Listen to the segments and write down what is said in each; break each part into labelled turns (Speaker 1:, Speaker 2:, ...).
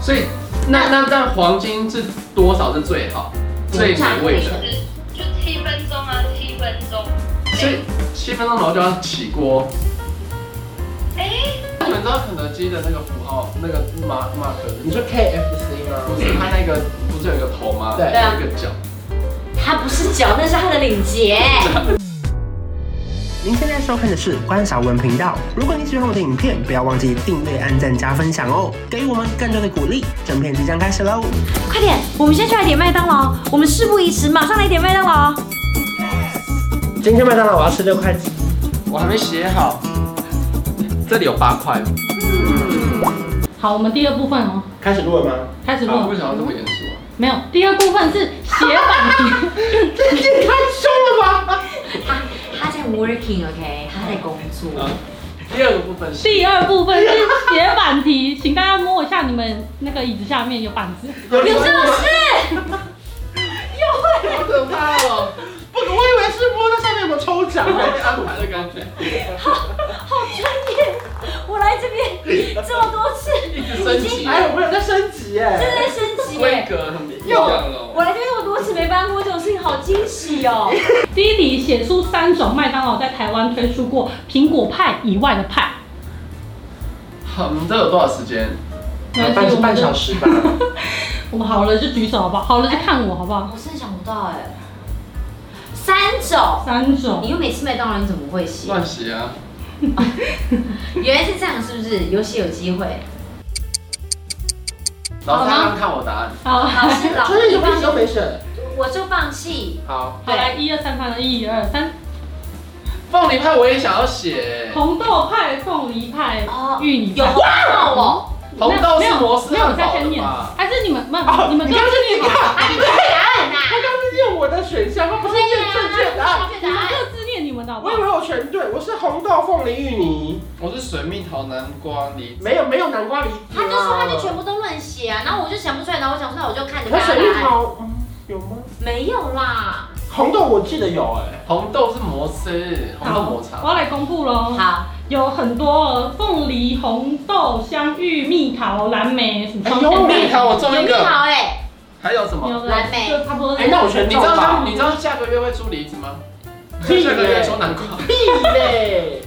Speaker 1: 所以那那但黄金是多少是最好、最美味的？
Speaker 2: 就是就七分钟啊，七分钟。
Speaker 1: 所以七分钟然后就要起锅。
Speaker 2: 哎、
Speaker 1: 你们知道肯德基的那个符号那个马马克
Speaker 3: 你说 KFC
Speaker 1: 不
Speaker 3: 吗？
Speaker 1: 是它那个不是有一个头吗？
Speaker 3: 对
Speaker 1: 有一个角。
Speaker 4: 它不是脚，那是它的领结。
Speaker 3: 您现在收看的是关少文频道。如果你喜欢我的影片，不要忘记订阅、按赞、加分享哦，给予我们更多的鼓励。整片即将开始喽！
Speaker 4: 快点，我们先去来点麦当劳。我们事不宜迟，马上来点麦当劳。
Speaker 3: 今天麦当劳我要吃六块鸡，
Speaker 1: 我还没写好，这里有八块。
Speaker 5: 好，我们第二部分哦，
Speaker 3: 开始录了吗？
Speaker 5: 开始录
Speaker 1: 啊，。为什么要这么严肃啊？
Speaker 5: 没有，第二部分是写 版。
Speaker 3: 这也太凶了吧！
Speaker 4: 他他在 working，OK，、他在工作
Speaker 1: 啊。第二个部分是
Speaker 5: 第二部分是写版题，请大家摸一下你们那个椅子下面有板子。
Speaker 3: 有
Speaker 4: 有这种事？
Speaker 1: 好可怕哦！
Speaker 3: 不，我以为是摸在上面有没有抽奖
Speaker 1: 被安排的感觉，
Speaker 4: 好专业！我来这边这么多次，
Speaker 1: 一直升
Speaker 4: 已
Speaker 1: 级
Speaker 4: 经，呃
Speaker 3: 哎，我们有在升级
Speaker 4: 真的
Speaker 3: 哎！
Speaker 4: 在升级
Speaker 1: 规
Speaker 4: 耶！
Speaker 1: 格很不一样
Speaker 4: 我
Speaker 1: 了。
Speaker 4: 来这边这么多次没搬过这种事情，好惊喜哦！
Speaker 1: 哎
Speaker 5: 第一题写出三种麦当劳在台湾推出过苹果派以外的派。
Speaker 1: 好，你这有多少时间？
Speaker 5: 没关系
Speaker 3: 半半小时吧。
Speaker 5: 我们好了就举手好不好？好了就看我好不好？
Speaker 4: 我真的想不到哎，三种。
Speaker 5: 三种
Speaker 4: 你又没吃麦当劳，你怎么会写？
Speaker 1: 乱写啊！
Speaker 4: 原来是这样，是不是？有写有机会。
Speaker 1: 然后他刚看我答案，
Speaker 5: 好，
Speaker 4: 老师，老
Speaker 3: 所以
Speaker 4: 师，
Speaker 3: 你
Speaker 4: 你
Speaker 3: 们
Speaker 4: 放
Speaker 3: 都
Speaker 4: 弃，
Speaker 3: 没选。
Speaker 4: 我就放弃。
Speaker 3: 好，
Speaker 5: 好来，一二三，放了一二三，
Speaker 1: 凤梨派我也想要写，
Speaker 5: 红豆派、凤梨派
Speaker 4: 哦、
Speaker 5: 芋泥
Speaker 4: 有
Speaker 5: 派。
Speaker 4: 到哦，
Speaker 1: 红豆是摩斯
Speaker 5: 没有
Speaker 1: 汉
Speaker 5: 在
Speaker 1: 堡
Speaker 5: 先
Speaker 1: 的
Speaker 5: 念
Speaker 1: 吧？，
Speaker 5: 还是你们没有
Speaker 3: 哦，
Speaker 5: 你们
Speaker 3: 你
Speaker 5: 都
Speaker 3: 刚刚是你看，
Speaker 4: 啊，你们会答案呐、
Speaker 3: 他刚刚是念我的选项，他不是念正确答案。
Speaker 4: 正
Speaker 5: 你 们各自念你们的好不
Speaker 3: 我
Speaker 5: 好
Speaker 3: 以？为我全对，我是红豆凤梨芋泥，
Speaker 1: 我是水蜜桃南瓜梨，
Speaker 3: 没有没有南瓜梨。啊
Speaker 4: 他就说他就全部都乱写啊，然后我就想不出来，然后我想不出来，我就看着
Speaker 3: 可
Speaker 4: 大
Speaker 3: 是
Speaker 4: 家
Speaker 3: 水蜜
Speaker 4: 答案。
Speaker 3: 桃、嗯、有吗？
Speaker 4: 没有啦，
Speaker 3: 红豆我记得有哎、
Speaker 1: 红豆是摩斯，红豆抹
Speaker 5: 我要
Speaker 1: 茶。
Speaker 5: 来公布喽，
Speaker 4: 好，
Speaker 5: 有很多哦凤梨、红豆、香芋、蜜桃、蓝莓什么双
Speaker 3: 哎呦
Speaker 5: 甜
Speaker 1: 蜜
Speaker 5: 面，
Speaker 1: 桃我中
Speaker 4: 水
Speaker 1: 一
Speaker 4: 蜜
Speaker 1: 个，
Speaker 4: 桃哎、
Speaker 1: 还有什么？
Speaker 5: 有
Speaker 4: 蓝莓
Speaker 5: 就差不多。
Speaker 3: 哎、那我全
Speaker 1: 你知
Speaker 3: 中
Speaker 1: 道他
Speaker 3: 吧
Speaker 1: 们，？你知道下个月会出梨子吗？
Speaker 3: 屁
Speaker 1: 下个月
Speaker 3: 嘞
Speaker 1: 出南瓜。
Speaker 3: 屁嘞！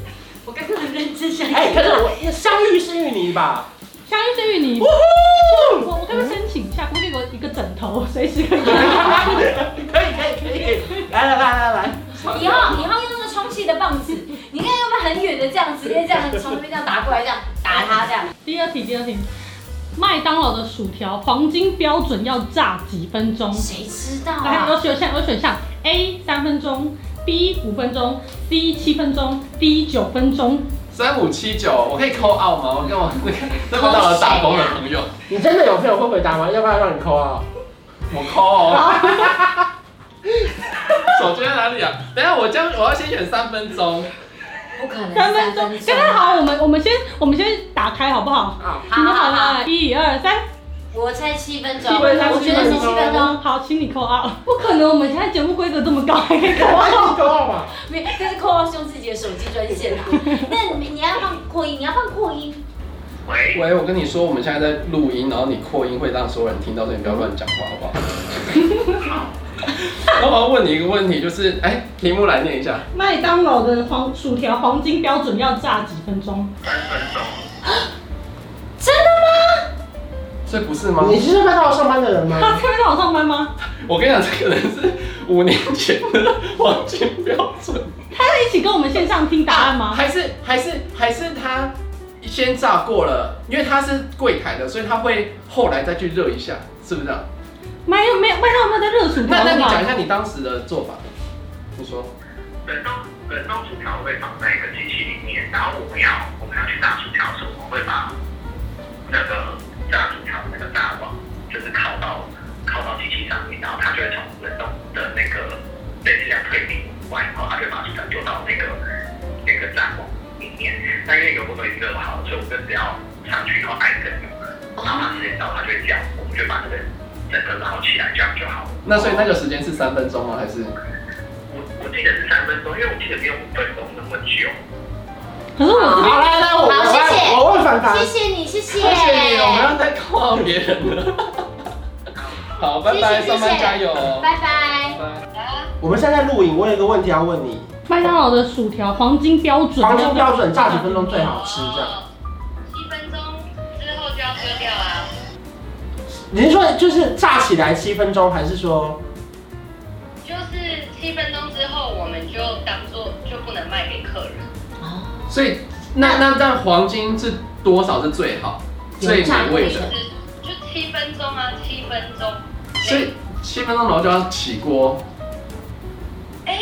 Speaker 4: 我刚刚很认真想
Speaker 3: 哎、可是我香芋是芋泥吧？
Speaker 5: 香芋是芋泥，
Speaker 3: 呜
Speaker 5: 我
Speaker 3: 呼！
Speaker 5: 我可不可以申请一下？可不可以给我一个枕头，随时可以。
Speaker 3: 可以可以可以，来来来来来，
Speaker 4: 以后以后用那个充气的棒子，你看要不要很远的这样直接这样从那边这样打过来，这样打他这样。
Speaker 5: 第二题，第二题，麦当劳的薯条黄金标准要炸几分钟？
Speaker 4: 谁知道
Speaker 5: 来，有
Speaker 4: 啊？
Speaker 5: 选项，有选项：A 三分钟，B 五分钟，C 七分钟，D 九分钟。
Speaker 1: 三五七九，我可以扣二吗？我跟我那
Speaker 3: 嗯
Speaker 1: 个那么到了打工的朋友，
Speaker 3: 你真的有朋友会回答吗？要不要让你扣啊？
Speaker 1: 我扣哦。 手机在哪里啊？等一下我将我要先选三分钟，
Speaker 4: 不可能
Speaker 5: 三分钟，刚刚好，我们我们先我们先打开好不好？
Speaker 3: 啊，
Speaker 4: 好
Speaker 5: 你们
Speaker 4: 好
Speaker 5: 好
Speaker 4: 好，
Speaker 5: 了，一二三，
Speaker 4: 我猜七分钟，
Speaker 3: 七分钟
Speaker 4: 我觉得是七分钟。
Speaker 5: 好，请你扣二。不可能，我们现在节目规格这么高，还可以扣
Speaker 3: 我还
Speaker 5: 二。
Speaker 3: 是扣号吧。
Speaker 4: 没，但是扣号是用自己的手机专线 啊。那你你要放扩音，你要放扩音。
Speaker 3: 哎
Speaker 1: 喂，我跟你说，我们现在在录音，然后你扩音会让所有人听到，所以你不要乱讲话，好不好？ 那我要问你一个问题，就是哎、题目来念一下。
Speaker 5: 麦当劳的黄薯条黄金标准要炸几分钟？
Speaker 4: 真的吗？
Speaker 1: 这不是吗？
Speaker 3: 你是麦当劳上班的人
Speaker 5: 他
Speaker 3: 吗？
Speaker 5: 在麦当劳上班吗？
Speaker 1: 我跟你讲，这可能是五年前的黄金标准，
Speaker 5: 他在一起跟我们线上听答案吗？
Speaker 1: 还是还是还是他先炸过了，因为他是柜台的，所以他会后来再去热一下，是不是这样？
Speaker 5: 没有没有，麦当劳没有在热薯条
Speaker 1: 那那
Speaker 5: 的
Speaker 1: 你讲一
Speaker 5: 吧？
Speaker 1: 下你当时的做法，你说
Speaker 6: 冷冻冷冻薯条会放在一个机器里面，然后我们要我们要去炸薯条的时候，我们会把那个炸薯条那个炸网就是靠到靠到机器上面，然后它就会从冷冻的那个类似像退冰完以后，它就会把薯条丢到那个那个炸网里面。那因为油锅都已经热好了，所以我们只要上去以后按个钮，然后它时间到它就会叫，我们就把这个整个捞起来，这样就好了。
Speaker 1: 那所以那个时间是三分钟吗？还是
Speaker 6: 我我记得是三分钟，因为我记得没有五分钟那么久。
Speaker 5: 可是我这边
Speaker 3: 啊好，来来，我
Speaker 4: 好谢谢
Speaker 3: 我问
Speaker 1: 办法。
Speaker 4: 谢谢你，谢谢，
Speaker 1: 谢谢你，我们要再靠傲别人了。好，拜
Speaker 4: 谢
Speaker 1: 拜，
Speaker 4: 谢
Speaker 1: 上班加油。
Speaker 4: 拜拜。
Speaker 1: 拜。
Speaker 2: 啊，
Speaker 3: 我们现在录影，我有一个问题要问你：
Speaker 5: 麦当劳的薯条黄金标准，啊
Speaker 3: 黄金标准炸几分钟最好吃？这样，
Speaker 2: 哦七分钟之后就要割掉啊。
Speaker 3: 您说就是炸起来七分钟，还是说
Speaker 2: 就是七分钟之后，我们就当做就不能卖给客人。
Speaker 1: 所以那那那黄金是多少是最好、
Speaker 5: 有
Speaker 1: 最美味
Speaker 2: 就
Speaker 1: 的？
Speaker 2: 是就七分钟啊，七分钟。
Speaker 1: 所以七分钟然后就要起锅，
Speaker 2: 哎，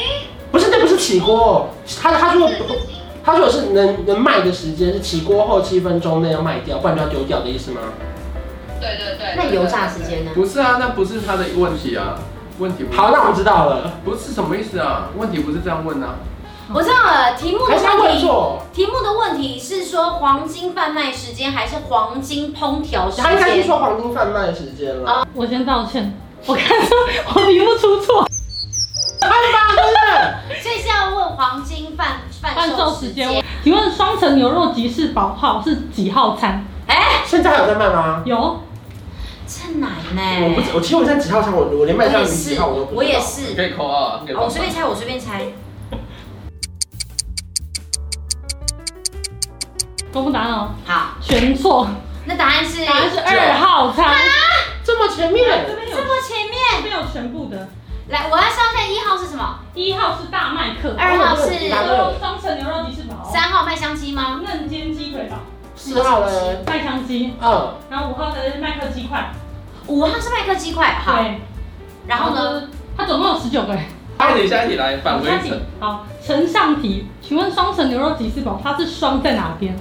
Speaker 3: 不是？那不是起锅，他他说
Speaker 2: 是是
Speaker 3: 他说是能能卖的时间是起锅后七分钟内要卖掉，不然就要丢掉的意思吗？
Speaker 4: 嗯
Speaker 2: 对对对。
Speaker 7: 那油炸时间
Speaker 3: 嗯
Speaker 7: 呢？
Speaker 1: 不是啊？那不是他的问题啊，问题不是
Speaker 3: 好，那我们知道了，
Speaker 1: 不是什么意思啊？问题不是这样问啊。
Speaker 4: 我知道了，题目的
Speaker 3: 还是要
Speaker 4: 问
Speaker 3: 会
Speaker 4: 题，
Speaker 3: 做。
Speaker 4: 题目的问题是说黄金贩卖时间还是黄金烹调时
Speaker 3: 他应该是
Speaker 4: 间？
Speaker 3: 说黄金贩卖时间了。
Speaker 4: 哦
Speaker 5: 我先道歉，我看出我题目出错，
Speaker 4: 所以是要问黄金贩贩
Speaker 5: 按
Speaker 4: 售
Speaker 5: 照
Speaker 4: 时
Speaker 5: 时
Speaker 4: 间
Speaker 5: 间。。请问双层牛肉吉士堡号是几号餐？
Speaker 4: 哎，
Speaker 3: 现在还有在卖吗？
Speaker 5: 有
Speaker 4: 趁奶
Speaker 3: 我不
Speaker 4: 奶
Speaker 3: 知，，我其实我现在几号上，我我连
Speaker 4: 我
Speaker 3: 卖上
Speaker 4: 也
Speaker 3: 几
Speaker 4: 是
Speaker 3: 号我都不知道。，
Speaker 4: 哎我也
Speaker 1: 你
Speaker 4: 是，
Speaker 1: 可以扣啊，你可以
Speaker 4: 哦
Speaker 1: 扣
Speaker 4: 我随便猜，我随便猜。
Speaker 5: 公布答案哦，
Speaker 4: 好，
Speaker 5: 全错，
Speaker 4: 那答案是
Speaker 5: 答案是二号餐。
Speaker 3: 这么前
Speaker 5: 这
Speaker 3: 面，
Speaker 5: 边有
Speaker 4: 这么前
Speaker 5: 这
Speaker 4: 面。
Speaker 5: 边有全部的，
Speaker 4: 来，我要上下一号是什么？
Speaker 5: 一号是大麦克，
Speaker 4: 二号
Speaker 3: 哎
Speaker 4: 是
Speaker 5: 牛肉双层牛肉吉士堡，
Speaker 4: 三号麦香鸡吗？
Speaker 5: 嫩煎鸡腿堡，
Speaker 3: 四号嘞，
Speaker 5: 麦香鸡，
Speaker 3: 嗯，
Speaker 5: 然后五号的是麦克鸡块。
Speaker 4: 五号是麦克鸡块，好。
Speaker 5: 对，
Speaker 4: 然后呢？？
Speaker 5: 它总共有十九个。
Speaker 1: 快点下一题来返回
Speaker 5: 下
Speaker 1: 一
Speaker 5: 题
Speaker 1: 层。
Speaker 5: 好，呈上题，请问双层牛肉吉士堡它是双在哪边？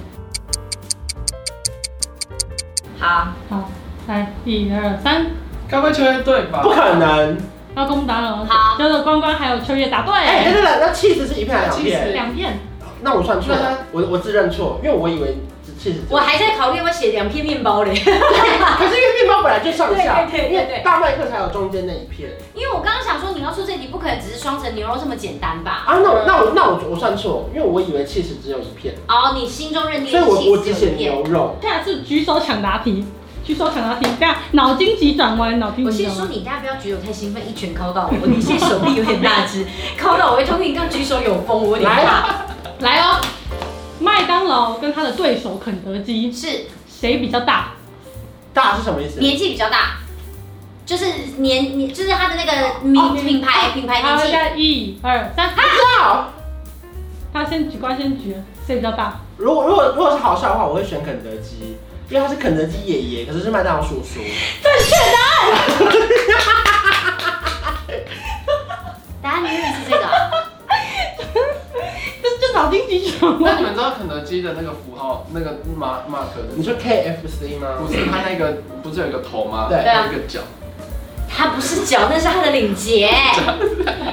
Speaker 4: 好，
Speaker 5: 好，来，一二三，
Speaker 1: 该不会确认对吧
Speaker 3: 不？可能。
Speaker 5: 要公布答案了。
Speaker 4: 好
Speaker 5: 就是关关还有秋叶答
Speaker 3: 哎，
Speaker 5: 对，
Speaker 3: 等等等，那 cheese 是一片还是两片？
Speaker 5: 两片。
Speaker 3: 那我算错
Speaker 1: 对
Speaker 3: 了
Speaker 1: 啊，
Speaker 3: 我我自认错，因为我以为 cheese
Speaker 4: 我还在考虑要不要写两片面包嘞，
Speaker 3: 可是因为面包本来就上下，
Speaker 4: 对对对对对
Speaker 3: 因为大麦克才有中间那一片
Speaker 4: 因为我刚刚想说你要出这题不可能只是双层牛肉这么简单吧？
Speaker 3: 啊。那我那我那我我算错，因为我以为 cheese 只有一片，
Speaker 4: 哦，你心中认定
Speaker 3: 所以
Speaker 4: 的
Speaker 3: 我我只
Speaker 4: cheese 有
Speaker 3: 写
Speaker 4: 一片
Speaker 3: 牛肉。
Speaker 5: 现在是举手抢答题，举手抢答题，这样脑筋急转弯，脑筋
Speaker 4: 我
Speaker 5: 急
Speaker 4: 先
Speaker 5: 转
Speaker 4: 说
Speaker 5: 弯。
Speaker 4: 你大家不要举手太兴奋，一拳敲到我，你 现在手臂有点大 只，敲到我会痛。你刚举手有风，我有点怕。
Speaker 5: 来哦，麦当劳跟它的对手肯德基，
Speaker 4: 是
Speaker 5: 谁比较大？
Speaker 3: 大是什么意思？
Speaker 4: 年纪比较大，就是年年就是他的那个名、
Speaker 5: 哦
Speaker 4: 品牌品牌年
Speaker 5: 好，
Speaker 3: 啊
Speaker 5: 大
Speaker 4: 纪。
Speaker 5: 家一二三，
Speaker 3: 道。
Speaker 5: 他先举，关先举，谁比较大？
Speaker 3: 如果如果如果是好笑的话，我会选肯德基，因为他是肯德基爷爷，可是是麦当劳叔叔。
Speaker 4: 答案明明是这个，
Speaker 5: 这就脑筋急转
Speaker 1: 那你
Speaker 5: 弯。
Speaker 1: 们知道肯德基的那个符号那个马马克
Speaker 3: 你
Speaker 1: 的？
Speaker 3: 说 KFC 吗？
Speaker 1: 不是它那个不是有一个头吗？
Speaker 3: 对
Speaker 1: 还有一个脚。
Speaker 4: 他不是脚，那是他的领 结。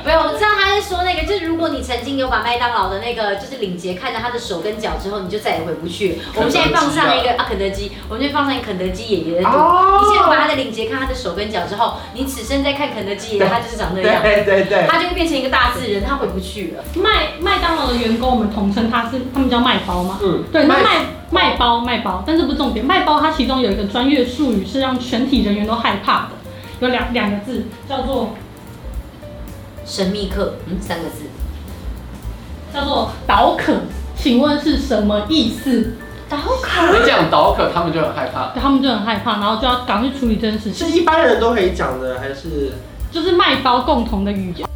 Speaker 4: 没有，我知道他在说那个，就是如果你曾经有把麦当劳的那个就是领结看到他的手跟脚之后，你就再也回不去。我们现在放上 一个啊，肯德基，我们就放上一个肯德基爷爷的图。
Speaker 3: 哦
Speaker 4: 你现在把他的领结看他的手跟脚之后，你此生再看肯德基爷爷，他就是长那样，
Speaker 3: 对对对，
Speaker 4: 嗯他就会变成一个大自人，他回不去了。
Speaker 5: 麦麦当劳的员工，我们统称他是他们叫麦包吗？
Speaker 3: 嗯，
Speaker 5: 对，那
Speaker 3: 麦
Speaker 5: 卖卖包卖包，但这不是重点。卖包它其中有一个专业术语是让全体人员都害怕的，有两两个字叫做
Speaker 4: 神秘客，嗯，三个字，
Speaker 5: 叫做倒可，请问是什么意思？
Speaker 4: 刀
Speaker 1: 你
Speaker 4: 卡。
Speaker 1: 讲倒可，他们就很害怕。
Speaker 5: 他们就很害怕，然后就要赶快去处理这件事情
Speaker 3: 是，一般人都可以讲的，还是
Speaker 5: 就是卖包共同的语言。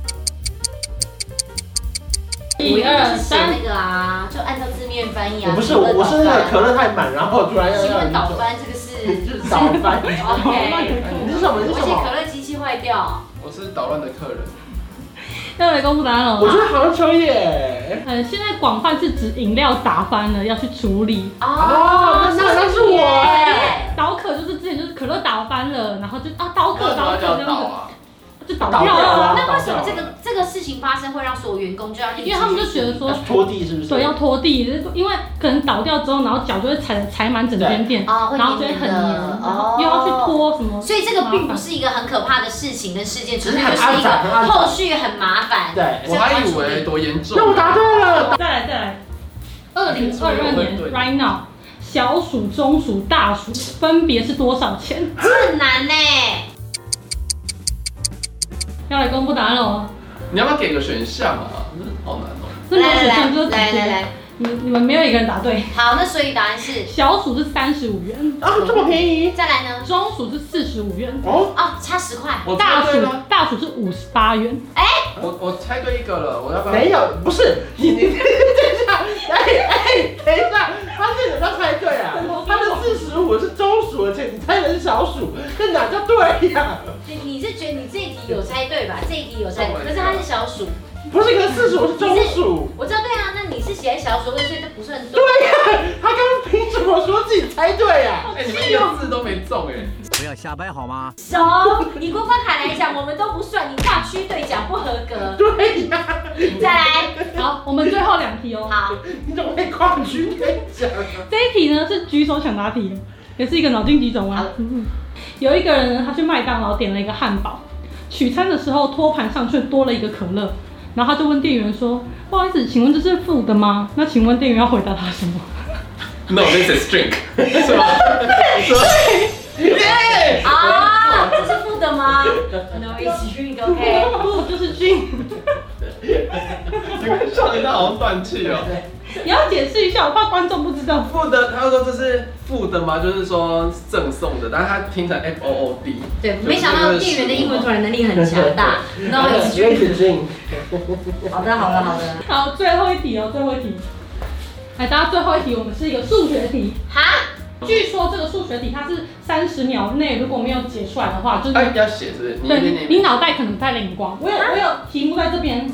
Speaker 5: 一二三
Speaker 4: 那，个啊，就按照字面翻译啊。
Speaker 3: 我不是
Speaker 4: 请
Speaker 3: 我
Speaker 4: 问
Speaker 3: 我是那个
Speaker 4: 导
Speaker 3: 可乐太满，然后突然
Speaker 4: 翻
Speaker 3: 要
Speaker 4: 请问
Speaker 3: 让
Speaker 4: 倒
Speaker 3: 你
Speaker 4: 翻这个是
Speaker 3: 你是倒翻，
Speaker 4: OK。
Speaker 3: 你是什么？你
Speaker 4: 我且
Speaker 3: 是什么
Speaker 4: 可？乐机器坏掉，
Speaker 1: 我是捣乱的客人。
Speaker 5: 要来公布答案了
Speaker 3: 我觉
Speaker 5: 吗？
Speaker 3: 得好像秋叶。
Speaker 5: 呃，现在广泛是指饮料打翻了要去处理，
Speaker 3: 哦，那那那是我哎，
Speaker 5: 倒可就是之前就是可乐打翻了，然后就啊倒可
Speaker 1: 为什
Speaker 5: 倒
Speaker 1: 么
Speaker 5: 可
Speaker 1: 叫
Speaker 5: 这
Speaker 1: 倒
Speaker 5: 样
Speaker 1: 啊？
Speaker 5: 子就倒
Speaker 3: 啊倒
Speaker 5: 掉
Speaker 3: 掉了
Speaker 5: 了。
Speaker 4: 哦那为什么这个这个事情发生会让所有员工就要立即去
Speaker 5: 因为他们就觉得说
Speaker 3: 拖地是不是？
Speaker 5: 对，要拖地，因为可能倒掉之后，然后脚就会踩踩满整间店，
Speaker 4: 啊会
Speaker 5: 然后就会
Speaker 4: 黏
Speaker 5: 很
Speaker 4: 黏
Speaker 5: 黏，
Speaker 4: 的哦
Speaker 5: 然后又要去拖什么，
Speaker 4: 所以这个并不
Speaker 5: 麻烦。
Speaker 4: 是一个很可怕的事情跟事件，只
Speaker 3: 只
Speaker 4: 是
Speaker 3: 是
Speaker 4: 就
Speaker 3: 很
Speaker 4: 是一
Speaker 3: 肮
Speaker 4: 个
Speaker 3: 脏很肮脏
Speaker 4: 后续很麻烦。
Speaker 3: 对
Speaker 1: 我还以为多严重。啊
Speaker 3: 那我答对了。
Speaker 5: 再来再来，二零二二
Speaker 1: 对
Speaker 5: 年 right now，小鼠、中鼠、大鼠分别是多少钱？
Speaker 4: 这很难呢、
Speaker 5: 要来公布答案了哦。
Speaker 1: 你要不要给个选项啊？真的好难哦。
Speaker 5: 这没有选
Speaker 4: 来
Speaker 5: 项就是直
Speaker 4: 来来
Speaker 5: 接，
Speaker 4: 来，
Speaker 5: 你你们没有一个人答对。
Speaker 4: 好，那所以答案是，
Speaker 5: 小鼠是三十五元，
Speaker 1: 啊，这么便宜
Speaker 4: 再来呢？
Speaker 5: 中鼠是四十五元，
Speaker 1: 哦！
Speaker 4: 哦，差十块，
Speaker 1: 我
Speaker 5: 大
Speaker 1: 猜对
Speaker 5: 鼠
Speaker 1: 了，
Speaker 5: 大鼠是五十 八元。
Speaker 1: 我我猜对一个了，我要不要？
Speaker 7: 没有，不是你 你等一下，哎哎，等一下，他这怎么猜对啊？他的四十五是中鼠，而且你猜的是小鼠，这哪叫对呀、
Speaker 4: 你你是觉得你这一题有猜对吧？这一题有猜，可是它是小鼠，
Speaker 7: 不是，可是四十五是中鼠，
Speaker 4: 我知道对啊，那你是写小鼠，所以这不算对
Speaker 7: 对。呀、他刚刚凭什么说自己猜对呀、
Speaker 1: 哎，你们一个字都没中哎。
Speaker 8: 不要瞎掰好吗？
Speaker 4: 熟，以郭关凯来讲，我们都不算，你跨区队讲不合格。
Speaker 7: 对呀、
Speaker 4: 再来，
Speaker 5: 好，我们最后两题哦。
Speaker 4: 好，
Speaker 7: 你怎么被跨区给讲啊？
Speaker 5: 这一题呢是举手抢答题，也是一个脑筋急转弯。嗯有一个人呢，他去麦当劳点了一个汉堡，取餐的时候托盘上却多了一个可乐，然后他就问店员说：“不好意思，请问这是付的吗？”那请问店员要回答他什么？
Speaker 1: No, this is drink，是吗？是吗？
Speaker 7: 哎
Speaker 4: 啊，这是负的吗？No, it's drink, OK。
Speaker 5: 不就是俊，
Speaker 1: 你们少年他好像断气哦。
Speaker 5: 你要解释一下，我怕观众不知道。
Speaker 1: 负的，他说这是负的吗？就是说赠送的，但是他听成 F O O D。
Speaker 4: 对，没想到店员的英文突然能力很强大。No, it's
Speaker 7: 哎
Speaker 4: drink。好的，好的，好的。
Speaker 5: 好，最后一题哦，最后一题。来，大家最后一题，我们是一个数学题。
Speaker 4: 哈，
Speaker 5: 据说这个数学题它是三十秒内如果没有解出来的话，就是
Speaker 1: 哎，要写是不是？你
Speaker 5: 对
Speaker 1: 你
Speaker 5: 你，
Speaker 1: 你
Speaker 5: 你脑袋可能不太灵光。我有我有题目在这边。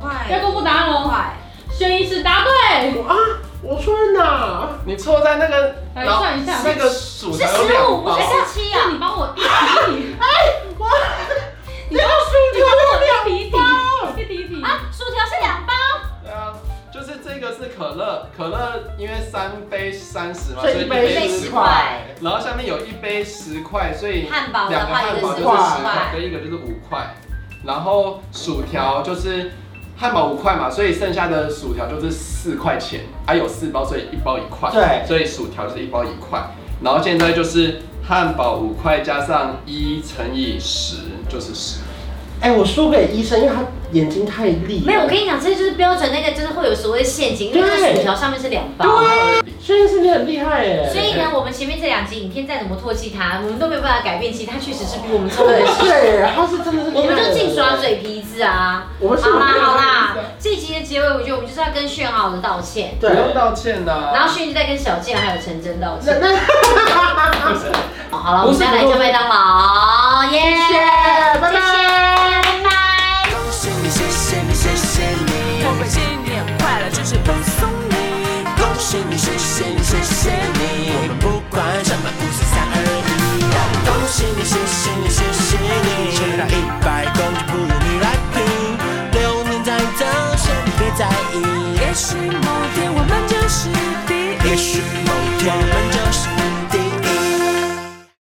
Speaker 5: 要
Speaker 4: 快
Speaker 5: 公布答案喽！
Speaker 4: 快！
Speaker 5: 轩医师答对，
Speaker 3: 啊
Speaker 4: 啊
Speaker 7: 我说了哪？
Speaker 1: 你错在那个，
Speaker 4: 哎
Speaker 5: 来
Speaker 1: 然后
Speaker 5: 算一下
Speaker 1: 那个数
Speaker 4: 是
Speaker 1: 才有
Speaker 4: 十
Speaker 1: 两
Speaker 4: 五，不
Speaker 1: 包
Speaker 4: 是。十七
Speaker 5: 那
Speaker 4: 啊！
Speaker 5: 你帮我一题一题，
Speaker 4: 你要数
Speaker 5: 你帮我一题一题，一题一题。
Speaker 4: 啊，薯条是两包。
Speaker 1: 对啊，就是这个是可乐，可乐因为三杯三十嘛，
Speaker 7: 所以
Speaker 1: 所以
Speaker 7: 一
Speaker 1: 一
Speaker 7: 杯
Speaker 1: 杯
Speaker 7: 十块
Speaker 1: 十块。然后下面有一杯十块，所以
Speaker 4: 汉堡的
Speaker 1: 两个
Speaker 4: 话，
Speaker 1: 汉
Speaker 4: 一
Speaker 1: 堡
Speaker 4: 个
Speaker 1: 就是是
Speaker 4: 十
Speaker 1: 十块
Speaker 4: 块，
Speaker 1: 跟一个就是五块，然后薯条就是汉堡五块嘛，所以剩下的薯条就是四块钱，还、有四包，所以一包一块，
Speaker 7: 对
Speaker 1: 所以薯条就是一包一块，然后现在就是汉堡五块加上一乘以十就是十，
Speaker 7: 哎、我输给医生，因为他眼睛太利了。
Speaker 4: 没有，我跟你讲，这就是标准那个，就是会有所谓的陷阱，因为这
Speaker 7: 对
Speaker 4: 薯条上面是两包。
Speaker 7: 对，啊所以是你很厉害耶。
Speaker 4: 所以呢，我们前面这两集影片再怎么唾弃他，我们都没有办法改变，其实他确实是比我们聪明的。
Speaker 7: 对，他是真的是厉害的。
Speaker 4: 我们就净耍嘴皮子啊！
Speaker 7: 我们是
Speaker 4: 好
Speaker 7: 有
Speaker 4: 啦
Speaker 7: 病的
Speaker 4: 好啦，这集的结尾，我觉得我们就是要跟炫好的道歉，
Speaker 1: 不
Speaker 7: 对，
Speaker 1: 用道歉啊呐、
Speaker 4: 然后炫就在跟小健还有陈真道
Speaker 7: 那
Speaker 4: 歉。
Speaker 7: 那
Speaker 4: 好了，我们再来一下麦当劳，耶！谢谢，拜拜。
Speaker 9: 恭喜你，谢谢你，谢谢你，我们新年快乐，就是恭送你。恭喜你，谢谢你，谢谢你，我们不管什么，五四三二一。恭喜你，谢谢你，谢谢你，吃到一百公斤不用你来拼，流年再走，先别在意。也许某天我们就是第一，也许某天我们就